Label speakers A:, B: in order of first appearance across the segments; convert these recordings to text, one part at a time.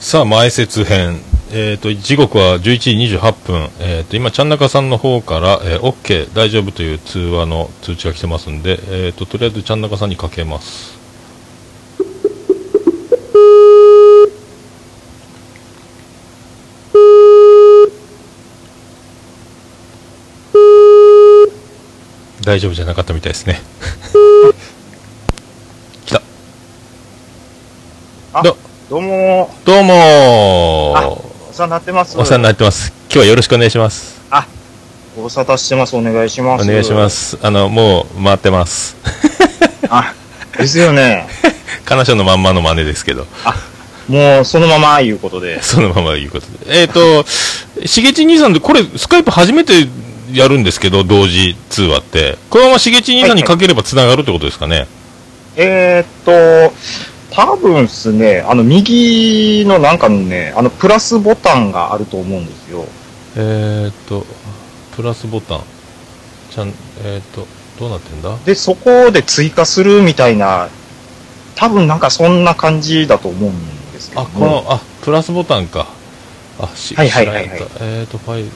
A: さあ、前説編。えっ、と、時刻は11時28分。えっ、と、今、ちゃん中さんの方から、えー、OK、大丈夫という通話の通知が来てますんで、えっ、と、とりあえずちゃん中さんにかけます。大丈夫じゃなかったみたいですね。 来た。
B: あ
A: ど
B: どうも
A: どう
B: あ
A: も
B: お世話になってます。
A: お世話になってます。今日はよろしくお願いします。
B: ご無沙汰してます。お願いしま
A: お
B: す。
A: 願いしま。す。あの、もう回ってます。
B: あ、ですよね。
A: 彼女のまんまの真似ですけど、
B: もう、そのまま、いうことで。
A: そのままいうことで。えっ、と、しげち兄さんで、これ、スカイプ初めてやるんですけど、同時通話って。このまましげち兄さんにかければ繋がるってことですかね。
B: えー、っと、多分ですね、あの、右のなんかのね、あの、プラスボタンがあると思うんですよ。
A: えっ、と、プラスボタン。ちゃん、えっ、と、どうなってんだ
B: で、そこで追加するみたいな、多分なんかそんな感じだと思うんですけど
A: あ、
B: も、
A: この、あ、プラスボタンか。あ、し、
B: はいはいはいはい
A: 知らなかったえっ、と、ファイル、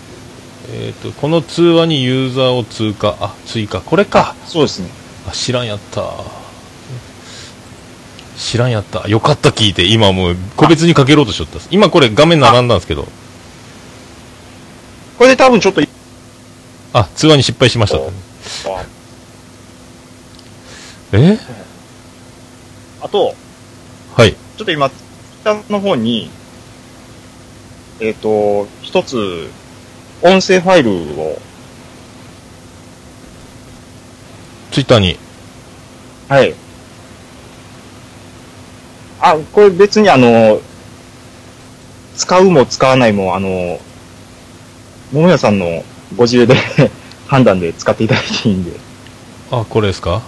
A: えっ、と、この通話にユーザーを通過、あ、追加、これか。
B: そうですね。
A: あ、知らんやった。知らんやった。よかった聞いて、今もう個別にかけろうとしとったっす。今これ画面並んだんですけど、
B: これで多分ちょっと、
A: あ、通話に失敗しました。え
B: あと、
A: はい。
B: ちょっと今、下の方に、えっ、と、一つ、音声ファイルを、
A: ツイッターに。
B: はい。あ、これ別にあの、使うも使わないも、あの、桃屋さんのご自由で 判断で使っていただいていいんで。
A: あ、これですか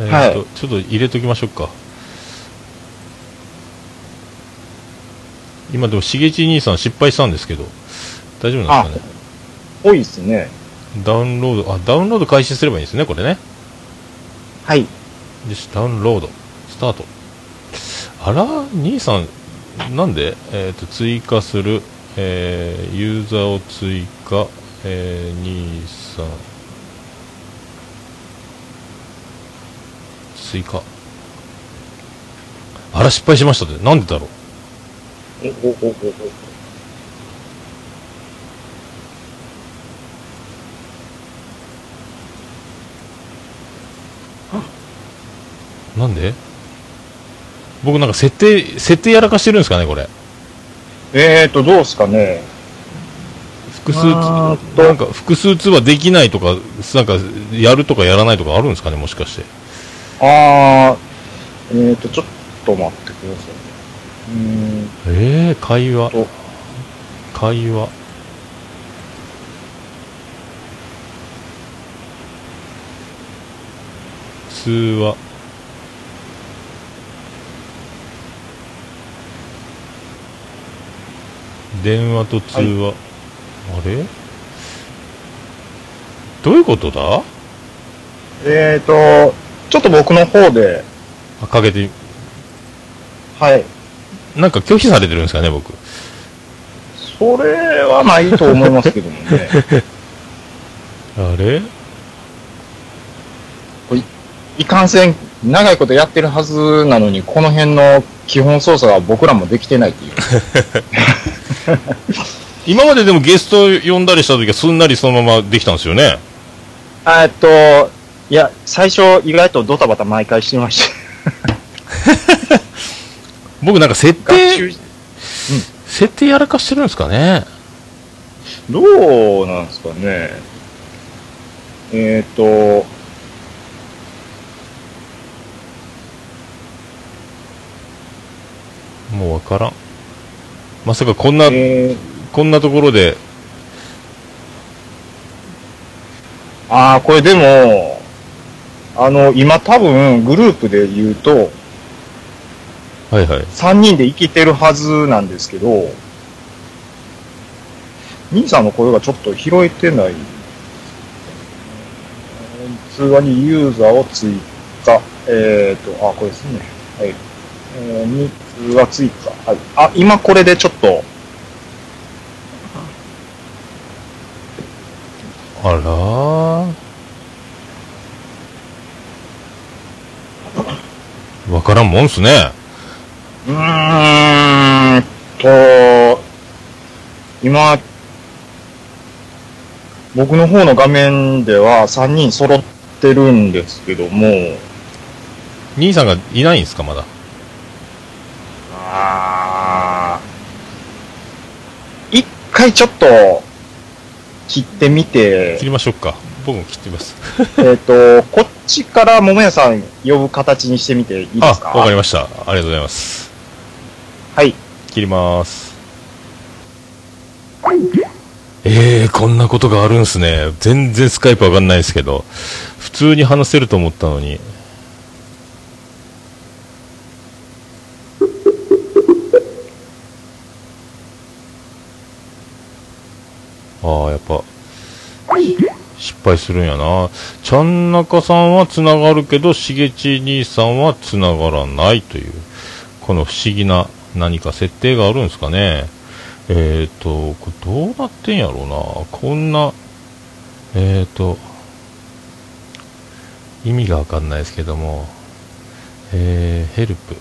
A: えっ、と、
B: はい
A: ちょっと入れときましょうか。今でも、しげち兄さん失敗したんですけど、大丈夫なんですかね
B: 多いですね。
A: ダウンロード、あ、ダウンロード開始すればいいんですね、これね。
B: はい。
A: よし、ダウンロード、スタート。あら、兄さん、なんで、えー、と追加する、えーユーザーを追加、えー、兄さん、追加。あら、失敗しましたって、なんでだろう。
B: お、お、お、お、お。
A: なんで僕なんか設定、設定やらかしてるんですかね、これ。
B: えっ、と、どうですかね。
A: 複数つ、
B: あーっと
A: なんか複数通話できないとか、なんかやるとかやらないとかあるんですかね、もしかして。
B: あー、えっ、と、ちょっと待ってくださいね。うーん
A: えー、会話
B: お
A: 会話通話電話と通話、あれどういうことだ
B: えっ、と、ちょっと僕の方で、
A: あかけて
B: はい。
A: なんか拒否されてるんですかね僕
B: それはないと思いますけども ね。
A: あれ
B: いかんせん、長いことやってるはずなのに、この辺の基本操作は僕らもできてないっていう。
A: 今まででもゲスト呼んだりした時はすんなりそのままできたんですよね
B: えっと、いや、最初意外とドタバタ毎回してまし
A: 僕なんか設
B: た。学
A: 定
B: 習し
A: 設定やらかしてるんですかね
B: どうなんですかね。えっ、と、
A: もうわからんまさかこんな、
B: えー、
A: こんなところで
B: ああ、これでも、あの、今多分グループで言うと、
A: はいはい
B: 3人で生きてるはずなんですけど、兄さんの声がちょっと拾えてない。通話にユーザーを追加。えっ、と、あ、これですね。はい。えーには追加。はい。あ、今これでちょっと、
A: あらーわからんもんっすね。
B: うーんと、今、僕の方の画面では3人揃ってるんですけども、
A: 兄さんがいないんすか、まだ。
B: あー一回ちょっと切ってみ て
A: 切、りましょうか。僕も切ってみます。
B: えっと、こっちから桃屋さん呼ぶ形にしてみていいですか
A: あ、わかりました。ありがとうございます。
B: はい。
A: 切ります。えー、こんなことがあるんすね。全然スカイプわかんないですけど。普通に話せると思ったのに。ああ、やっぱ、失敗するんやな。ちゃんなかさんは繋がるけど、しげち兄さんは繋がらないという。この不思議な何か設定があるんですかね。えっ、ー、と、これどうなってんやろうな。こんな、えっ、ー、と、意味がわかんないですけども、えー、ヘルプ。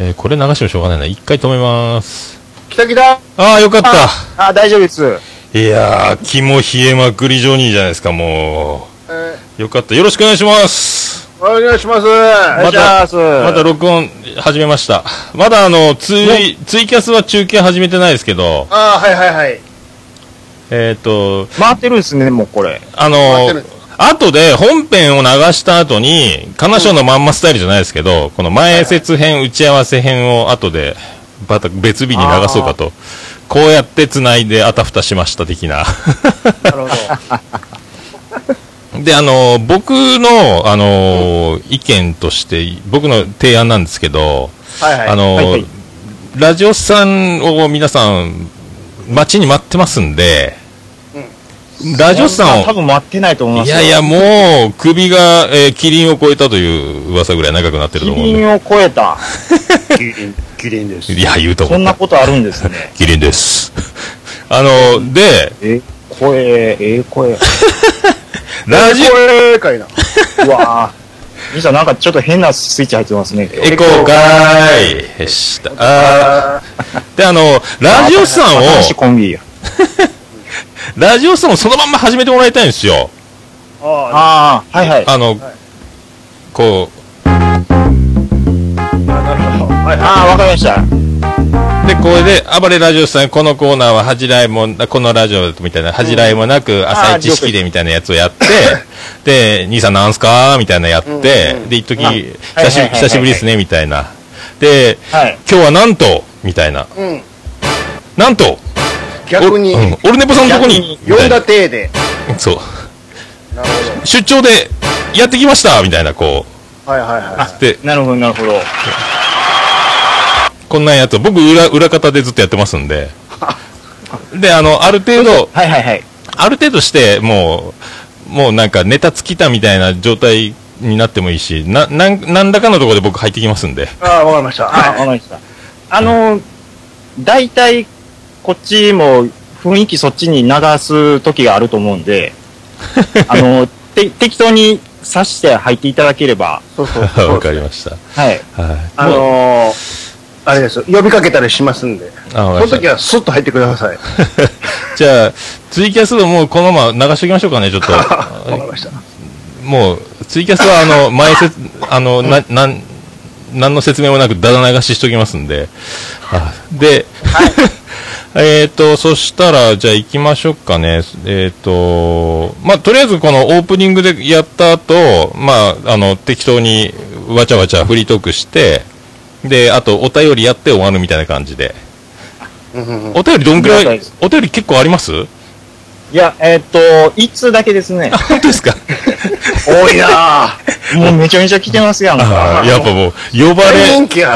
A: えー、これ流してもしょうがないな。一回止めます。
B: 来た来た
A: ああ、よかった。
B: あ、大丈夫です。
A: いやー、気も冷えまくりジョニーじゃないですか、も
C: え
A: う。よかった。よろしくお願いします。
C: ー、お願いします。
B: お願いします。
A: まだ録音始めました。まだあの、ツイ、ツイキャスは中継始めてないですけど、
C: ああ、はいはいはい。
A: えっ、と、
B: 回ってるんですね、もうこれ。
A: あ
C: 回って
A: の
C: る、
A: 後で本編を流した後に、カナショーのまんまスタイルじゃないですけど、この前説編、打ち合わせ編を後で、また別日に流そうかと。こうやって繋いであたふたしました的な。
C: なるほど。
A: で、あの、僕の、あの、意見として、僕の提案なんですけど、
C: はいはい。
A: あの、
B: はいはい
A: ラジオさんを皆さん、待ちに待ってますんで、ラジオさんを
B: 多、分待ってないと思いま
A: い
B: すよ。
A: やいや、もう、首が、えー、キリンを超えたという噂ぐらい長くなってると
B: キ
A: 思うんで。
B: リンを超えた。
C: キリン、キリンです。
A: いや、言うと
B: そん
A: 思
B: な
A: う。
B: ことあるんですね。
A: キリンです。 あの、で、
B: え、声、ええ声。う
A: ラジオ、
C: オかいな。
B: わぁ。兄さん、なんかちょっと変なスイッチ入ってますね。
A: エコーかーい。でした。あ
C: あ
A: ーで、あの、ラジオさんを、
B: 新しいコンビや。
A: ラジオさんをそのまんま始めてもらいたいんですよ。
C: ー
B: あ
C: あ
B: あ、はいはい。
A: あの、
C: はい
A: こ
C: ー、なるほど。はいはい。
B: ああ、わかりました。
A: う、で、これで、暴れラジオさん、このコーナーは恥じらいも、このラジオみたいな、恥じらいもなく、朝一式でみたいなやつをやって、で、兄さんなんすかみたいなやって、
C: うんうん
A: で、一時、久し
B: あはいはいはいはい
A: 久しぶりですね、みたいな。で、
B: はい。
A: 今日はなんと、みたいな。
C: うん。
A: なんと、
C: 逆に
A: お、うん、オルネポさんのとこに、み
C: 呼
A: た
C: ん
A: いな
C: だ体で。
A: そう。
C: なる
A: 出張で、やってきましたみたいな、こ
C: ほど。はいはいは
A: う。で、
B: なるほど、なるほど。
A: こんなやつを、僕裏、裏方でずっとやってますん で。で、あの、ある程度、
B: はいはいはい。
A: ある程度して、もう、もうなんかネタ尽きたみたいな状態になってもいいし、な、なん、何らかのところで僕入ってきますんで。
C: い。ああ、わかりました。
B: ああ、
C: は
B: わかりました。あの、大体、こっちも雰囲気そっちに流す時があると思うんで、あの、て適当に刺して入っていただければ、
C: い。そうそう。そう
A: わかりました。
B: はい。
A: はい。
C: あのー、あれです。呼びかけたりしますんで。
A: あ、
C: そ
A: わか
C: の
A: りま
C: 時
A: し
C: はスッと入ってください。
A: た。 じゃあ、ツイキャスをもうこのまま流しておきましょうかね、ちょっ
C: わかり
A: と。
C: ました。
A: もう、ツイキャスはあの、 前説、あの、な、なん、何の説明もなくだだ流ししときますんで。あで、 えっと、そしたら、じゃあ行きましょうかね。えっ、と、まあ、とりあえずこのオープニングでやった後、まあ、あの、適当にわちゃわちゃフリートークして、で、あとお便りやって終わるみたいな感じで。
C: うんうんうん
A: お便りどんくら
B: 了解
A: い
B: です、
A: お便り結構あり ます
B: いや、えーっ、と、一通だけですね
A: あ、。本当ですか
C: 多いなぁ。
B: もうめちゃめちゃ来てますやんか。
A: あーやっぱもう、呼ば
C: 大
A: れ、
C: 人気や。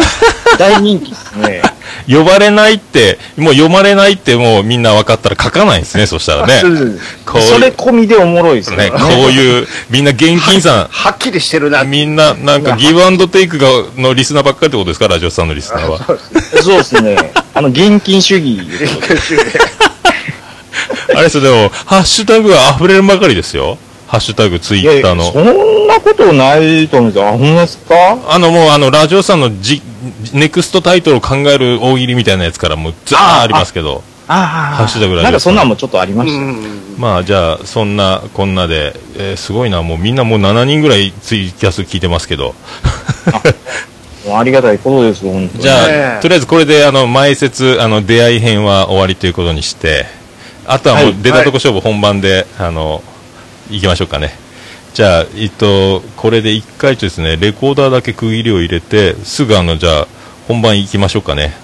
B: 大人気ですね。
A: 呼ばれないって、もう読まれないってもうみんな分かったら書かないんですね、そしたらね。
C: そうです
A: こう
B: そ
A: い
B: れ
A: う、
B: 込みでおもろいですよ
A: ね、
B: ね。
A: こういう、みんな現金さ
C: はっきりしてるな。
A: ん、みんな、なんかギブアンドテイクが、のリスナーばっかりってことですか、ラジオさんのリスナーは。
C: そうですね。
B: そうですね。あの、現金主義です。
C: 勉強中で
A: あれですよ、でも、ハッシュタグが溢れるばかりですよ。ハッシュタグ、ツイ
B: いやい
A: ッター
B: や、
A: の
B: そ。んなことないと思うんですよ。あ、ほんまですか
A: あの、もう、あの、ラジオさんのじ、ネクストタイトルを考える大喜利みたいなやつからもう、ザーありますけど。
B: ああ。
A: ハッシュタグラジオ
B: なんかそんなんもちょっとありま
C: う
B: したね。
C: ん。
A: まあじゃあそんなこんなで、えーすごいなもうみんなもう7人ぐらいツイキャス聞いてますけど
B: もうありがたいことです、本当 に
A: じゃあ、
C: ねえ
A: とりあえずこれであの前説あの出会い編は終わりということにしてあとはも
B: は
A: う出たとこ勝負本番で、い、あの行きましょうかねじゃあ、えっと、これで一回ちょっとですねレコーダーだけ区切りを入れてすぐあのじゃあ本番行きましょうかね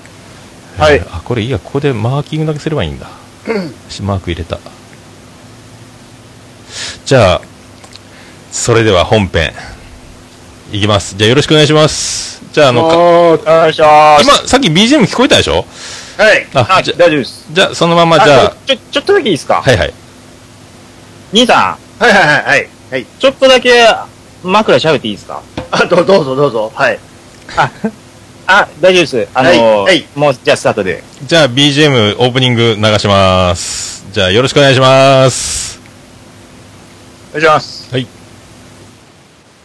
C: はい
A: えーあこれいいやここでマーキングだけすればいいんだしマーク入れたじゃあそれでは本編いきますじゃあよろしくお願いしますじゃああのか
B: お願いします。
A: 今さっき BGM 聞こえたでしょ
C: はい。
A: あ
B: あ、
A: じゃ
B: 大丈夫です。
A: じゃあそのままじゃあ
B: ちょ、ちょっとだけいいですか、
A: はいはい
B: 兄さ
C: はいはいはいはい。はい。
B: ん、ちょっとだけ枕喋っていいですか
C: あと、どうぞどうぞ。はい。
B: あ、大丈夫です。あの
C: はいはい
B: もう、じゃあスタートで。
A: じゃあ BGM オープニング流しますじゃあよろしくお願いします
C: お願いします。
A: はい